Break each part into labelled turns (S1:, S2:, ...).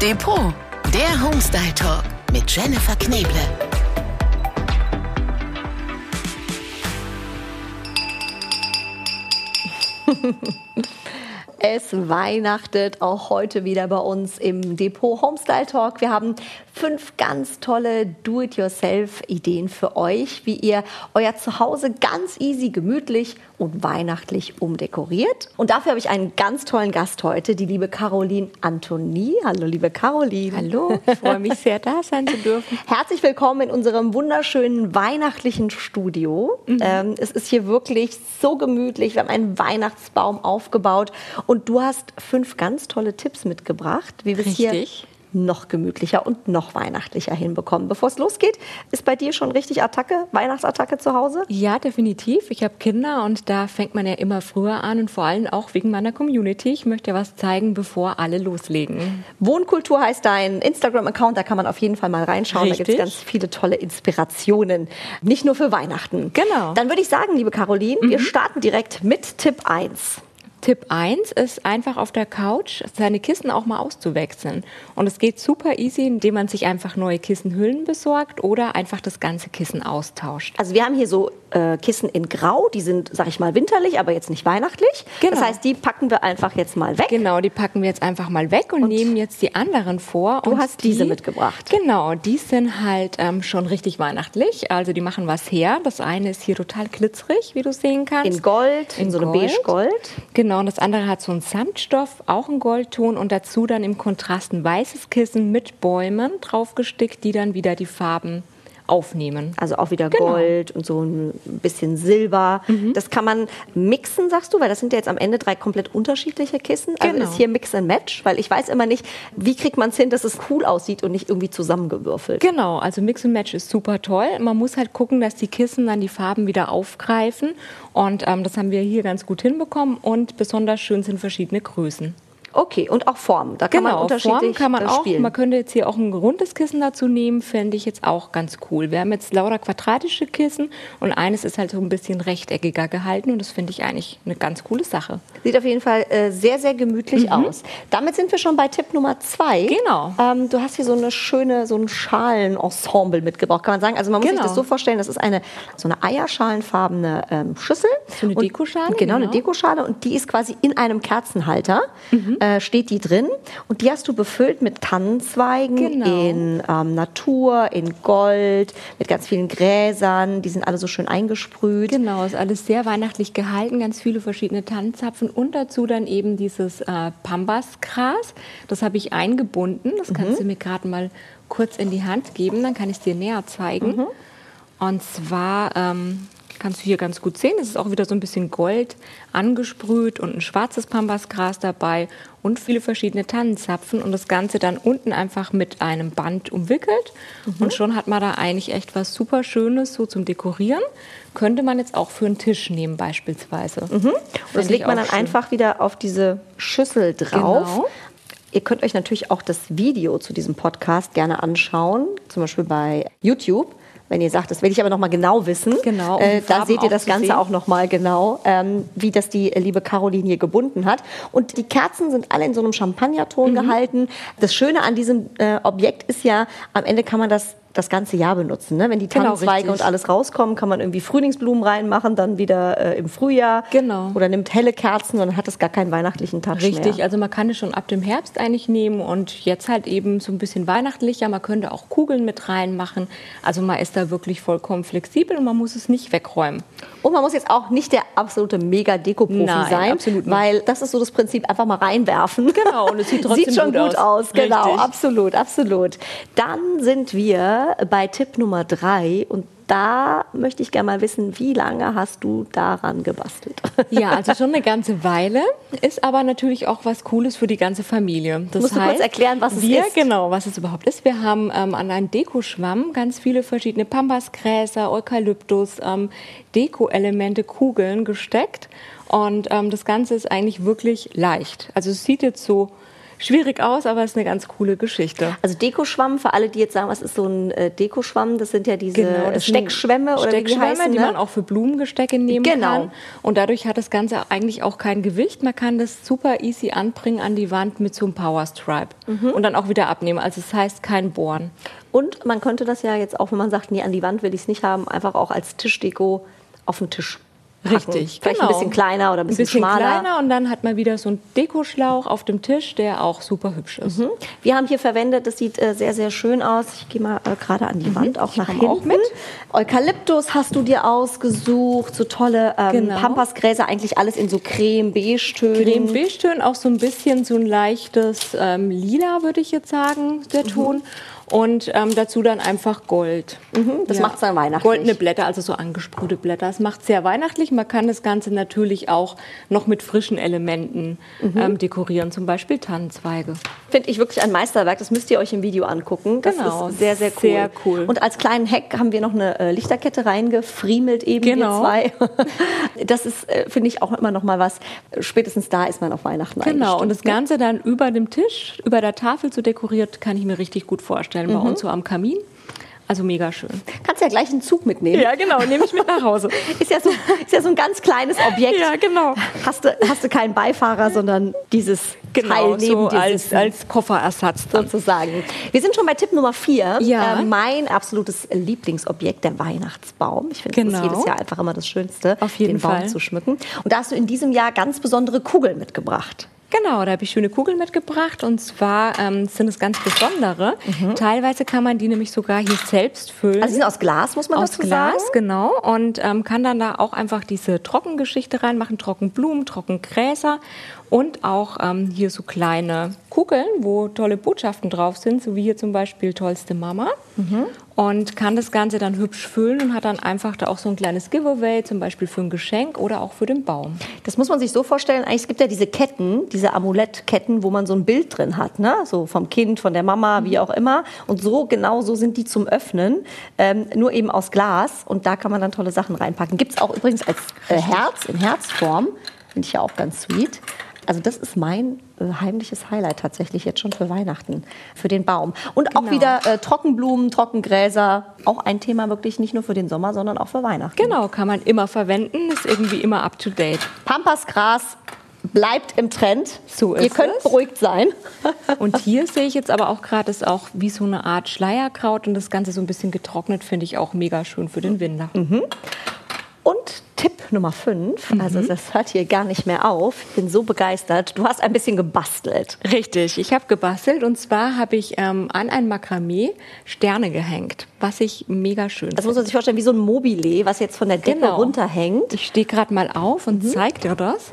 S1: Depot, der Homestyle Talk mit Jennifer Kneble.
S2: Es weihnachtet auch heute wieder bei uns im Depot Homestyle Talk. Wir haben fünf ganz tolle Do-it-yourself-Ideen für euch, wie ihr euer Zuhause ganz easy, gemütlich und weihnachtlich umdekoriert. Und dafür habe ich einen ganz tollen Gast heute, die liebe Caroline Anthony. Hallo, liebe Caroline.
S3: Hallo, ich freue mich sehr, da sein zu dürfen.
S2: Herzlich willkommen in unserem wunderschönen weihnachtlichen Studio.
S3: Mhm.
S2: Ähm, es ist hier wirklich so gemütlich. Wir haben einen Weihnachtsbaum aufgebaut und du hast fünf ganz tolle Tipps mitgebracht, wie wir es hier
S3: Richtig.
S2: noch gemütlicher und noch weihnachtlicher hinbekommen. Bevor es losgeht, ist bei dir schon richtig Attacke, Weihnachtsattacke zu Hause?
S3: Ja, definitiv. Ich habe Kinder und da fängt man ja immer früher an und vor allem auch wegen meiner Community. Ich möchte ja was zeigen, bevor alle loslegen.
S2: Wohnkultur heißt dein Instagram-Account, da kann man auf jeden Fall mal reinschauen. Da gibt es
S3: Richtig.
S2: ganz viele tolle Inspirationen, nicht nur für Weihnachten.
S3: Genau. Mhm.
S2: Dann würde ich sagen, liebe Caroline, wir starten direkt mit Tipp 1.
S3: Tipp 1 ist einfach auf der Couch seine Kissen auch mal auszuwechseln. Und es geht super easy, indem man sich einfach neue Kissenhüllen besorgt oder einfach das ganze Kissen austauscht.
S2: Also wir haben hier so äh, Kissen in Grau, die sind, sag ich mal, winterlich, aber jetzt nicht weihnachtlich.
S3: Genau.
S2: Das heißt, die packen wir einfach jetzt mal weg.
S3: Genau, die packen wir jetzt einfach mal weg und, nehmen jetzt die anderen vor.
S2: Du
S3: und
S2: hast diese mitgebracht.
S3: Genau, die sind halt ähm, schon richtig weihnachtlich. Also die machen was her. Das eine ist hier total glitzerig, wie du sehen kannst.
S2: In Gold, in, so einem
S3: Gold.
S2: beige-gold.
S3: Genau, und das andere hat so einen Samtstoff, auch einen Goldton und dazu dann im Kontrast ein weißes Kissen mit Bäumen draufgestickt, die dann wieder die Farben aufnehmen.
S2: Also auch wieder
S3: Genau. Mhm.
S2: Gold und so ein bisschen Silber. Das kann man mixen, sagst du, weil das sind ja jetzt am Ende drei komplett unterschiedliche Kissen. Also
S3: Genau.
S2: ist hier Mix and Match, weil ich weiß immer nicht, wie kriegt man es hin, dass es cool aussieht und nicht irgendwie zusammengewürfelt.
S3: Genau, also Mix and Match ist super toll. Man muss halt gucken, dass die Kissen dann die Farben wieder aufgreifen. Und ähm, das haben wir hier ganz gut hinbekommen. Und besonders schön sind verschiedene Größen.
S2: Okay, und auch Formen. Da kann man unterschiedlich
S3: Form Genau, kann man
S2: das
S3: auch.
S2: spielen.
S3: Man könnte jetzt hier auch ein rundes Kissen dazu nehmen, fände ich jetzt auch ganz cool. Wir haben jetzt lauter quadratische Kissen und eines ist halt so ein bisschen rechteckiger gehalten. Und das finde ich eigentlich eine ganz coole Sache.
S2: Sieht auf jeden Fall äh, sehr, sehr gemütlich aus. Damit sind wir schon bei Tipp Nummer zwei.
S3: Mhm. Genau.
S2: Ähm, du hast hier so eine schöne, so ein Schalenensemble mitgebracht, kann man sagen. Also man muss
S3: Genau.
S2: sich das so vorstellen, das ist eine so eine eierschalenfarbene ähm, Schüssel. So
S3: eine Dekoschale,
S2: Genau, eine
S3: genau.
S2: Dekoschale. Und die ist quasi in einem Kerzenhalter,
S3: Mhm.
S2: äh, steht die drin. Und die hast du befüllt mit Tannenzweigen
S3: Genau.
S2: in ähm, Natur, in Gold, mit ganz vielen Gräsern. Die sind alle so schön eingesprüht.
S3: Genau, ist alles sehr weihnachtlich gehalten, ganz viele verschiedene Tannenzapfen und dazu dann eben dieses äh, Pambasgras. Das habe ich eingebunden. Das kannst du mir gerade mal kurz in die Hand geben, dann kann ich es dir näher zeigen. Und zwar ähm, kannst du hier ganz gut sehen, es ist auch wieder so ein bisschen Gold angesprüht und ein schwarzes Pambasgras dabei und viele verschiedene Tannenzapfen und das Ganze dann unten einfach mit einem Band umwickelt. Und schon hat man da eigentlich echt was super Schönes so zum Dekorieren. Könnte man jetzt auch für einen Tisch nehmen beispielsweise.
S2: Und das
S3: Fänd ich
S2: legt man
S3: auch
S2: dann
S3: schön.
S2: einfach wieder auf diese Schüssel drauf.
S3: Genau.
S2: Ihr könnt euch natürlich auch das Video zu diesem Podcast gerne anschauen, zum Beispiel bei YouTube. Wenn ihr sagt, das will ich aber noch mal genau wissen,
S3: Genau, um die
S2: äh, da
S3: Farben
S2: seht ihr
S3: auch
S2: das
S3: zu
S2: Ganze
S3: sehen.
S2: auch noch mal genau, ähm, wie das die äh, liebe Caroline hier gebunden hat. Und die Kerzen sind alle in so einem
S3: Mhm.
S2: Champagnerton gehalten. Das Schöne an diesem äh, Objekt ist ja, am Ende kann man das das ganze Jahr benutzen. Ne? Wenn die
S3: Genau,
S2: Tannenzweige und
S3: richtig.
S2: alles rauskommen, kann man irgendwie Frühlingsblumen reinmachen, dann wieder äh, im Frühjahr.
S3: Genau.
S2: Oder nimmt helle Kerzen und dann hat es gar keinen weihnachtlichen Touch mehr.
S3: Richtig, also man kann es schon ab dem Herbst eigentlich nehmen und jetzt halt eben so ein bisschen weihnachtlicher. Man könnte auch Kugeln mit reinmachen. Also man ist da wirklich vollkommen flexibel und man muss es nicht wegräumen.
S2: Und man muss jetzt auch nicht der absolute Mega-Deko-Profi
S3: Nein,
S2: sein,
S3: absolut nicht.
S2: weil das ist so das Prinzip, einfach mal reinwerfen.
S3: Genau, und es sieht trotzdem
S2: schon
S3: gut
S2: gut aus.
S3: aus.
S2: Genau,
S3: Richtig.
S2: absolut, absolut. Dann sind wir bei Tipp Nummer drei und da möchte ich gerne mal wissen, wie lange hast du daran gebastelt?
S3: Ja, also schon eine ganze Weile. Ist aber natürlich auch was Cooles für die ganze Familie. Das
S2: Musst du kurz erklären, was es
S3: wir,
S2: ist?
S3: Genau, was es überhaupt ist. Wir haben ähm, an einem Dekoschwamm ganz viele verschiedene Pampasgräser, Eukalyptus, ähm, Deko-Elemente, Kugeln gesteckt. Und ähm, das Ganze ist eigentlich wirklich leicht. Also es sieht jetzt so schwierig aus, aber es ist eine ganz coole Geschichte.
S2: Also Dekoschwamm, für alle, die jetzt sagen, was ist so ein äh, Dekoschwamm? Das sind ja diese äh,
S3: Genau, das sind
S2: Steckschwämme oder wie die
S3: Steckschwämme,
S2: heißen,
S3: die
S2: ne?
S3: man auch für Blumengestecke nehmen
S2: Genau.
S3: kann. Und dadurch hat das Ganze eigentlich auch kein Gewicht. Man kann das super easy anbringen an die Wand mit so einem Powerstripe
S2: Mhm.
S3: und dann auch wieder abnehmen. Also es heißt kein Bohren.
S2: Und man könnte das ja jetzt auch, wenn man sagt, nee, an die Wand will ich es nicht haben, einfach auch als Tischdeko auf den Tisch. packen.
S3: Richtig,
S2: Vielleicht ein
S3: genau.
S2: bisschen kleiner oder ein
S3: Ein
S2: bisschen,
S3: bisschen
S2: schmaler.
S3: kleiner und dann hat man wieder so einen Dekoschlauch auf dem Tisch, der auch super hübsch ist.
S2: Mhm. Wir haben hier verwendet, das sieht äh, sehr, sehr schön aus. Ich gehe mal äh, gerade an die Wand, auch nach hinten.
S3: Mhm, auch mit.
S2: Eukalyptus hast du dir ausgesucht, so tolle ähm,
S3: Genau.
S2: Pampasgräser, eigentlich alles in so creme-beige-Tönen.
S3: Creme Beige Tönen, auch so ein bisschen so ein leichtes ähm, Lila, würde ich jetzt sagen, der Ton. Und ähm, dazu dann einfach Gold.
S2: das macht's dann weihnachtlich.
S3: Goldene Blätter, also so angesprühte Blätter. Das macht sehr weihnachtlich. Man kann das Ganze natürlich auch noch mit frischen Elementen ähm, dekorieren, zum Beispiel Tannenzweige.
S2: Finde ich wirklich ein Meisterwerk. Das müsst ihr euch im Video angucken. Das
S3: Genau,
S2: ist sehr, sehr cool.
S3: sehr cool.
S2: Und als kleinen Hack haben wir noch eine äh, Lichterkette reingefriemelt eben,
S3: Genau.
S2: wir zwei. Das ist, äh, finde ich, auch immer noch mal was. Spätestens da ist man auf Weihnachten
S3: Genau,
S2: eingestimmt,
S3: und das
S2: ne?
S3: Ganze dann über dem Tisch, über der Tafel so dekoriert, kann ich mir richtig gut vorstellen. Bei uns so am Kamin. Also mega schön.
S2: Kannst ja gleich einen Zug mitnehmen.
S3: Ja, genau, nehme ich mit nach Hause.
S2: Ist ja, so, ist ja so ein ganz kleines Objekt.
S3: Ja, genau.
S2: Hast du, hast du keinen Beifahrer, sondern dieses Teil
S3: Genau,
S2: neben
S3: so
S2: dir
S3: als,
S2: sitzen,
S3: als Kofferersatz dann.
S2: sozusagen. Wir sind schon bei Tipp Nummer vier.
S3: Ja.
S2: Äh, mein absolutes Lieblingsobjekt, der Weihnachtsbaum. Ich finde, das
S3: Genau.
S2: ist jedes Jahr einfach immer das Schönste,
S3: Auf jeden
S2: den Baum
S3: Fall.
S2: zu schmücken. Und da hast du in diesem Jahr ganz besondere Kugeln mitgebracht.
S3: Genau, da habe ich schöne Kugeln mitgebracht und zwar ähm, sind es ganz besondere. Teilweise kann man die nämlich sogar hier selbst füllen.
S2: Also die sind aus Glas, muss man
S3: Mhm. aus
S2: dazu
S3: Glas,
S2: sagen.
S3: genau. Und ähm, kann dann da auch einfach diese Trockengeschichte reinmachen, Trockenblumen, Trockengräser und auch ähm, hier so kleine Kugeln, wo tolle Botschaften drauf sind, so wie hier zum Beispiel Tollste Mama. Mhm. Und kann das Ganze dann hübsch füllen und hat dann einfach da auch so ein kleines Giveaway, zum Beispiel für ein Geschenk oder auch für den Baum.
S2: Das muss man sich so vorstellen, eigentlich es gibt ja diese Ketten, diese Amulettketten, wo man so ein Bild drin hat, ne? so vom Kind, von der Mama, wie auch immer. Und so genau so sind die zum Öffnen, ähm, nur eben aus Glas. Und da kann man dann tolle Sachen reinpacken. Gibt es auch übrigens als äh, Herz, in Herzform, finde ich ja auch ganz sweet. Also das ist mein äh, heimliches Highlight tatsächlich jetzt schon für Weihnachten, für den Baum. Und auch
S3: Genau.
S2: wieder äh, Trockenblumen, Trockengräser, auch ein Thema wirklich nicht nur für den Sommer, sondern auch für Weihnachten.
S3: Genau, kann man immer verwenden, ist irgendwie immer up to date.
S2: Pampasgras bleibt im Trend.
S3: So
S2: Ihr
S3: ist
S2: könnt
S3: es.
S2: beruhigt sein.
S3: Und hier sehe ich jetzt aber auch gerade, ist auch wie so eine Art Schleierkraut und das Ganze so ein bisschen getrocknet, finde ich auch mega schön für den Winter.
S2: Und Tipp Nummer 5,
S3: Mhm.
S2: also das hört hier gar nicht mehr auf. Ich bin so begeistert. Du hast ein bisschen gebastelt.
S3: Richtig, ich habe gebastelt und zwar habe ich ähm, an ein Makramee Sterne gehängt, was ich mega schön
S2: Das muss man sich vorstellen, wie so ein Mobile, was jetzt von der Decke
S3: Genau.
S2: runterhängt.
S3: Ich stehe gerade mal auf und zeig dir das.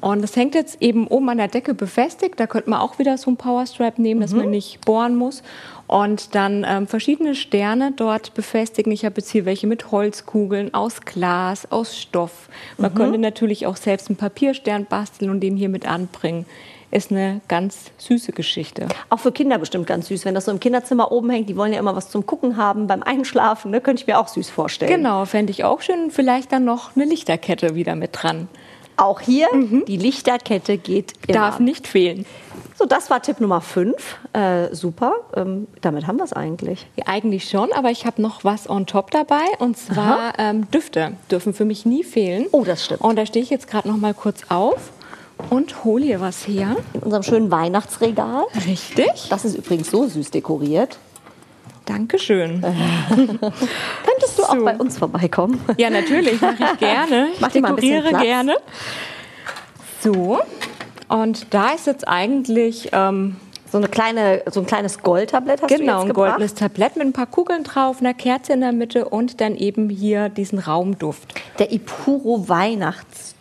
S3: Und das hängt jetzt eben oben an der Decke befestigt. Da könnte man auch wieder so ein Powerstrap nehmen, dass man nicht bohren muss. Und dann ähm, verschiedene Sterne dort befestigen. Ich habe jetzt hier welche mit Holzkugeln, aus Glas, aus Stoff. Man könnte natürlich auch selbst einen Papierstern basteln und den hier mit anbringen. Ist eine ganz süße Geschichte.
S2: Auch für Kinder bestimmt ganz süß, wenn das so im Kinderzimmer oben hängt. Die wollen ja immer was zum Gucken haben beim Einschlafen. Ne? Könnte ich mir auch süß vorstellen.
S3: Genau, fände ich auch schön. Vielleicht dann noch eine Lichterkette wieder mit dran.
S2: Auch hier, die Lichterkette geht immer.
S3: Mhm. Darf nicht fehlen.
S2: So, das war Tipp Nummer 5. Äh, super. Ähm, damit haben wir es eigentlich.
S3: Ja, eigentlich schon, aber ich habe noch was on top dabei und zwar ähm, Düfte dürfen für mich nie fehlen.
S2: Oh, das stimmt.
S3: Und da stehe ich jetzt gerade noch mal kurz auf und hole hier was her.
S2: In unserem schönen Weihnachtsregal.
S3: Richtig.
S2: Das ist übrigens so süß dekoriert.
S3: Dankeschön.
S2: Äh. Könntest du auch
S3: So.
S2: bei uns vorbeikommen?
S3: Ja, natürlich, mache ich gerne. Ich
S2: Mach dir mal ein bisschen
S3: dekoriere
S2: Platz.
S3: gerne. So, und da ist jetzt eigentlich ähm,
S2: So, eine kleine, so ein kleines Goldtablett hast
S3: genau
S2: du
S3: ein
S2: jetzt gebracht.
S3: goldenes Tablett mit ein paar Kugeln drauf, einer Kerze in der Mitte und dann eben hier diesen Raumduft.
S2: Der Ipuro Weihnachtsduft.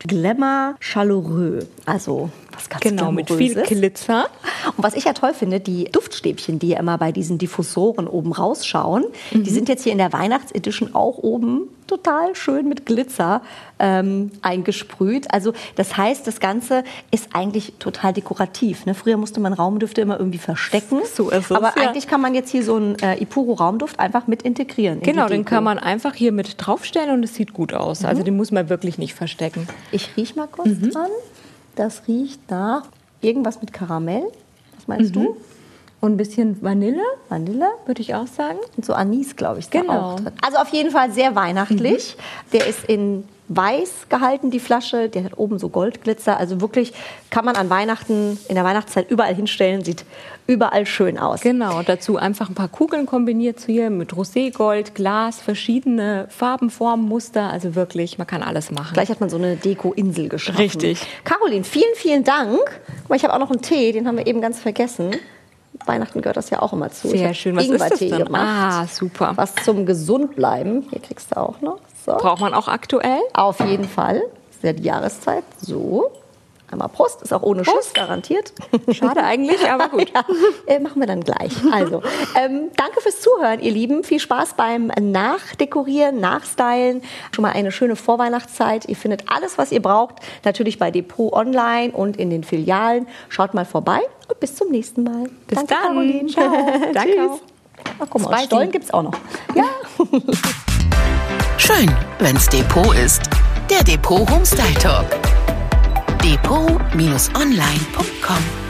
S2: Glamour Chaleureux. Also was ganz
S3: Genau, mit viel
S2: Glamouröses.
S3: Glitzer.
S2: Und was ich ja toll finde, die Duftstäbchen, die ja immer bei diesen Diffusoren oben rausschauen,
S3: Mhm.
S2: die sind jetzt hier in der Weihnachtsedition auch oben total schön mit Glitzer ähm, eingesprüht. Also das heißt, das Ganze ist eigentlich total dekorativ. Ne? Früher musste man Raumdüfte immer irgendwie verstecken.
S3: So ist es,
S2: Aber
S3: ja.
S2: eigentlich kann man jetzt hier so einen äh, Ipuro-Raumduft einfach mit integrieren. in die
S3: Genau, den
S2: Deko. Mhm.
S3: kann man einfach hier mit draufstellen und es sieht gut aus. Also den muss man wirklich nicht verstecken.
S2: Ich riech mal kurz dran. Das riecht nach irgendwas mit Karamell. Was meinst
S3: Mhm.
S2: du?
S3: Und ein bisschen Vanille,
S2: Vanille?
S3: würde ich auch sagen.
S2: Und so Anis, glaube ich, ist da
S3: Genau. Mhm.
S2: auch drin. Also auf jeden Fall sehr weihnachtlich. Der ist in weiß gehalten, die Flasche. Der hat oben so Goldglitzer. Also wirklich kann man an Weihnachten, in der Weihnachtszeit überall hinstellen. Sieht überall schön aus.
S3: Genau, dazu einfach ein paar Kugeln kombiniert zu ihr mit Roségold, Glas, verschiedene Farben, Formen, Muster. Also wirklich, man kann alles machen.
S2: Gleich hat man so eine Deko-Insel geschaffen.
S3: Richtig.
S2: Caroline, vielen, vielen Dank. Guck mal, ich habe auch noch einen Tee, den haben wir eben ganz vergessen. Weihnachten gehört das ja auch immer zu. Ich
S3: Sehr
S2: hab
S3: schön. Was ist das
S2: Ingwertee
S3: denn?
S2: Gemacht.
S3: Ah, super.
S2: Was zum Gesundbleiben. Hier kriegst du auch noch. So.
S3: Braucht man auch aktuell?
S2: Auf jeden Fall. Ist ja die Jahreszeit. So. Einmal Prost. Ist auch ohne Schuss, garantiert.
S3: Schade eigentlich, aber gut.
S2: Ja, äh, machen wir dann gleich. Also, ähm, danke fürs Zuhören, ihr Lieben. Viel Spaß beim Nachdekorieren, Nachstylen. Schon mal eine schöne Vorweihnachtszeit. Ihr findet alles, was ihr braucht, natürlich bei Depot online und in den Filialen. Schaut mal vorbei und bis zum nächsten Mal.
S3: Bis
S2: danke,
S3: dann.
S2: Caroline. Ciao.
S3: Danke
S2: Tschüss.
S3: auch.
S2: Ach, guck mal,
S3: Spicy.
S2: Stollen gibt's auch noch. Ja.
S1: Schön, wenn's Depot ist. Der Depot Homestyle Talk. Depot-online.com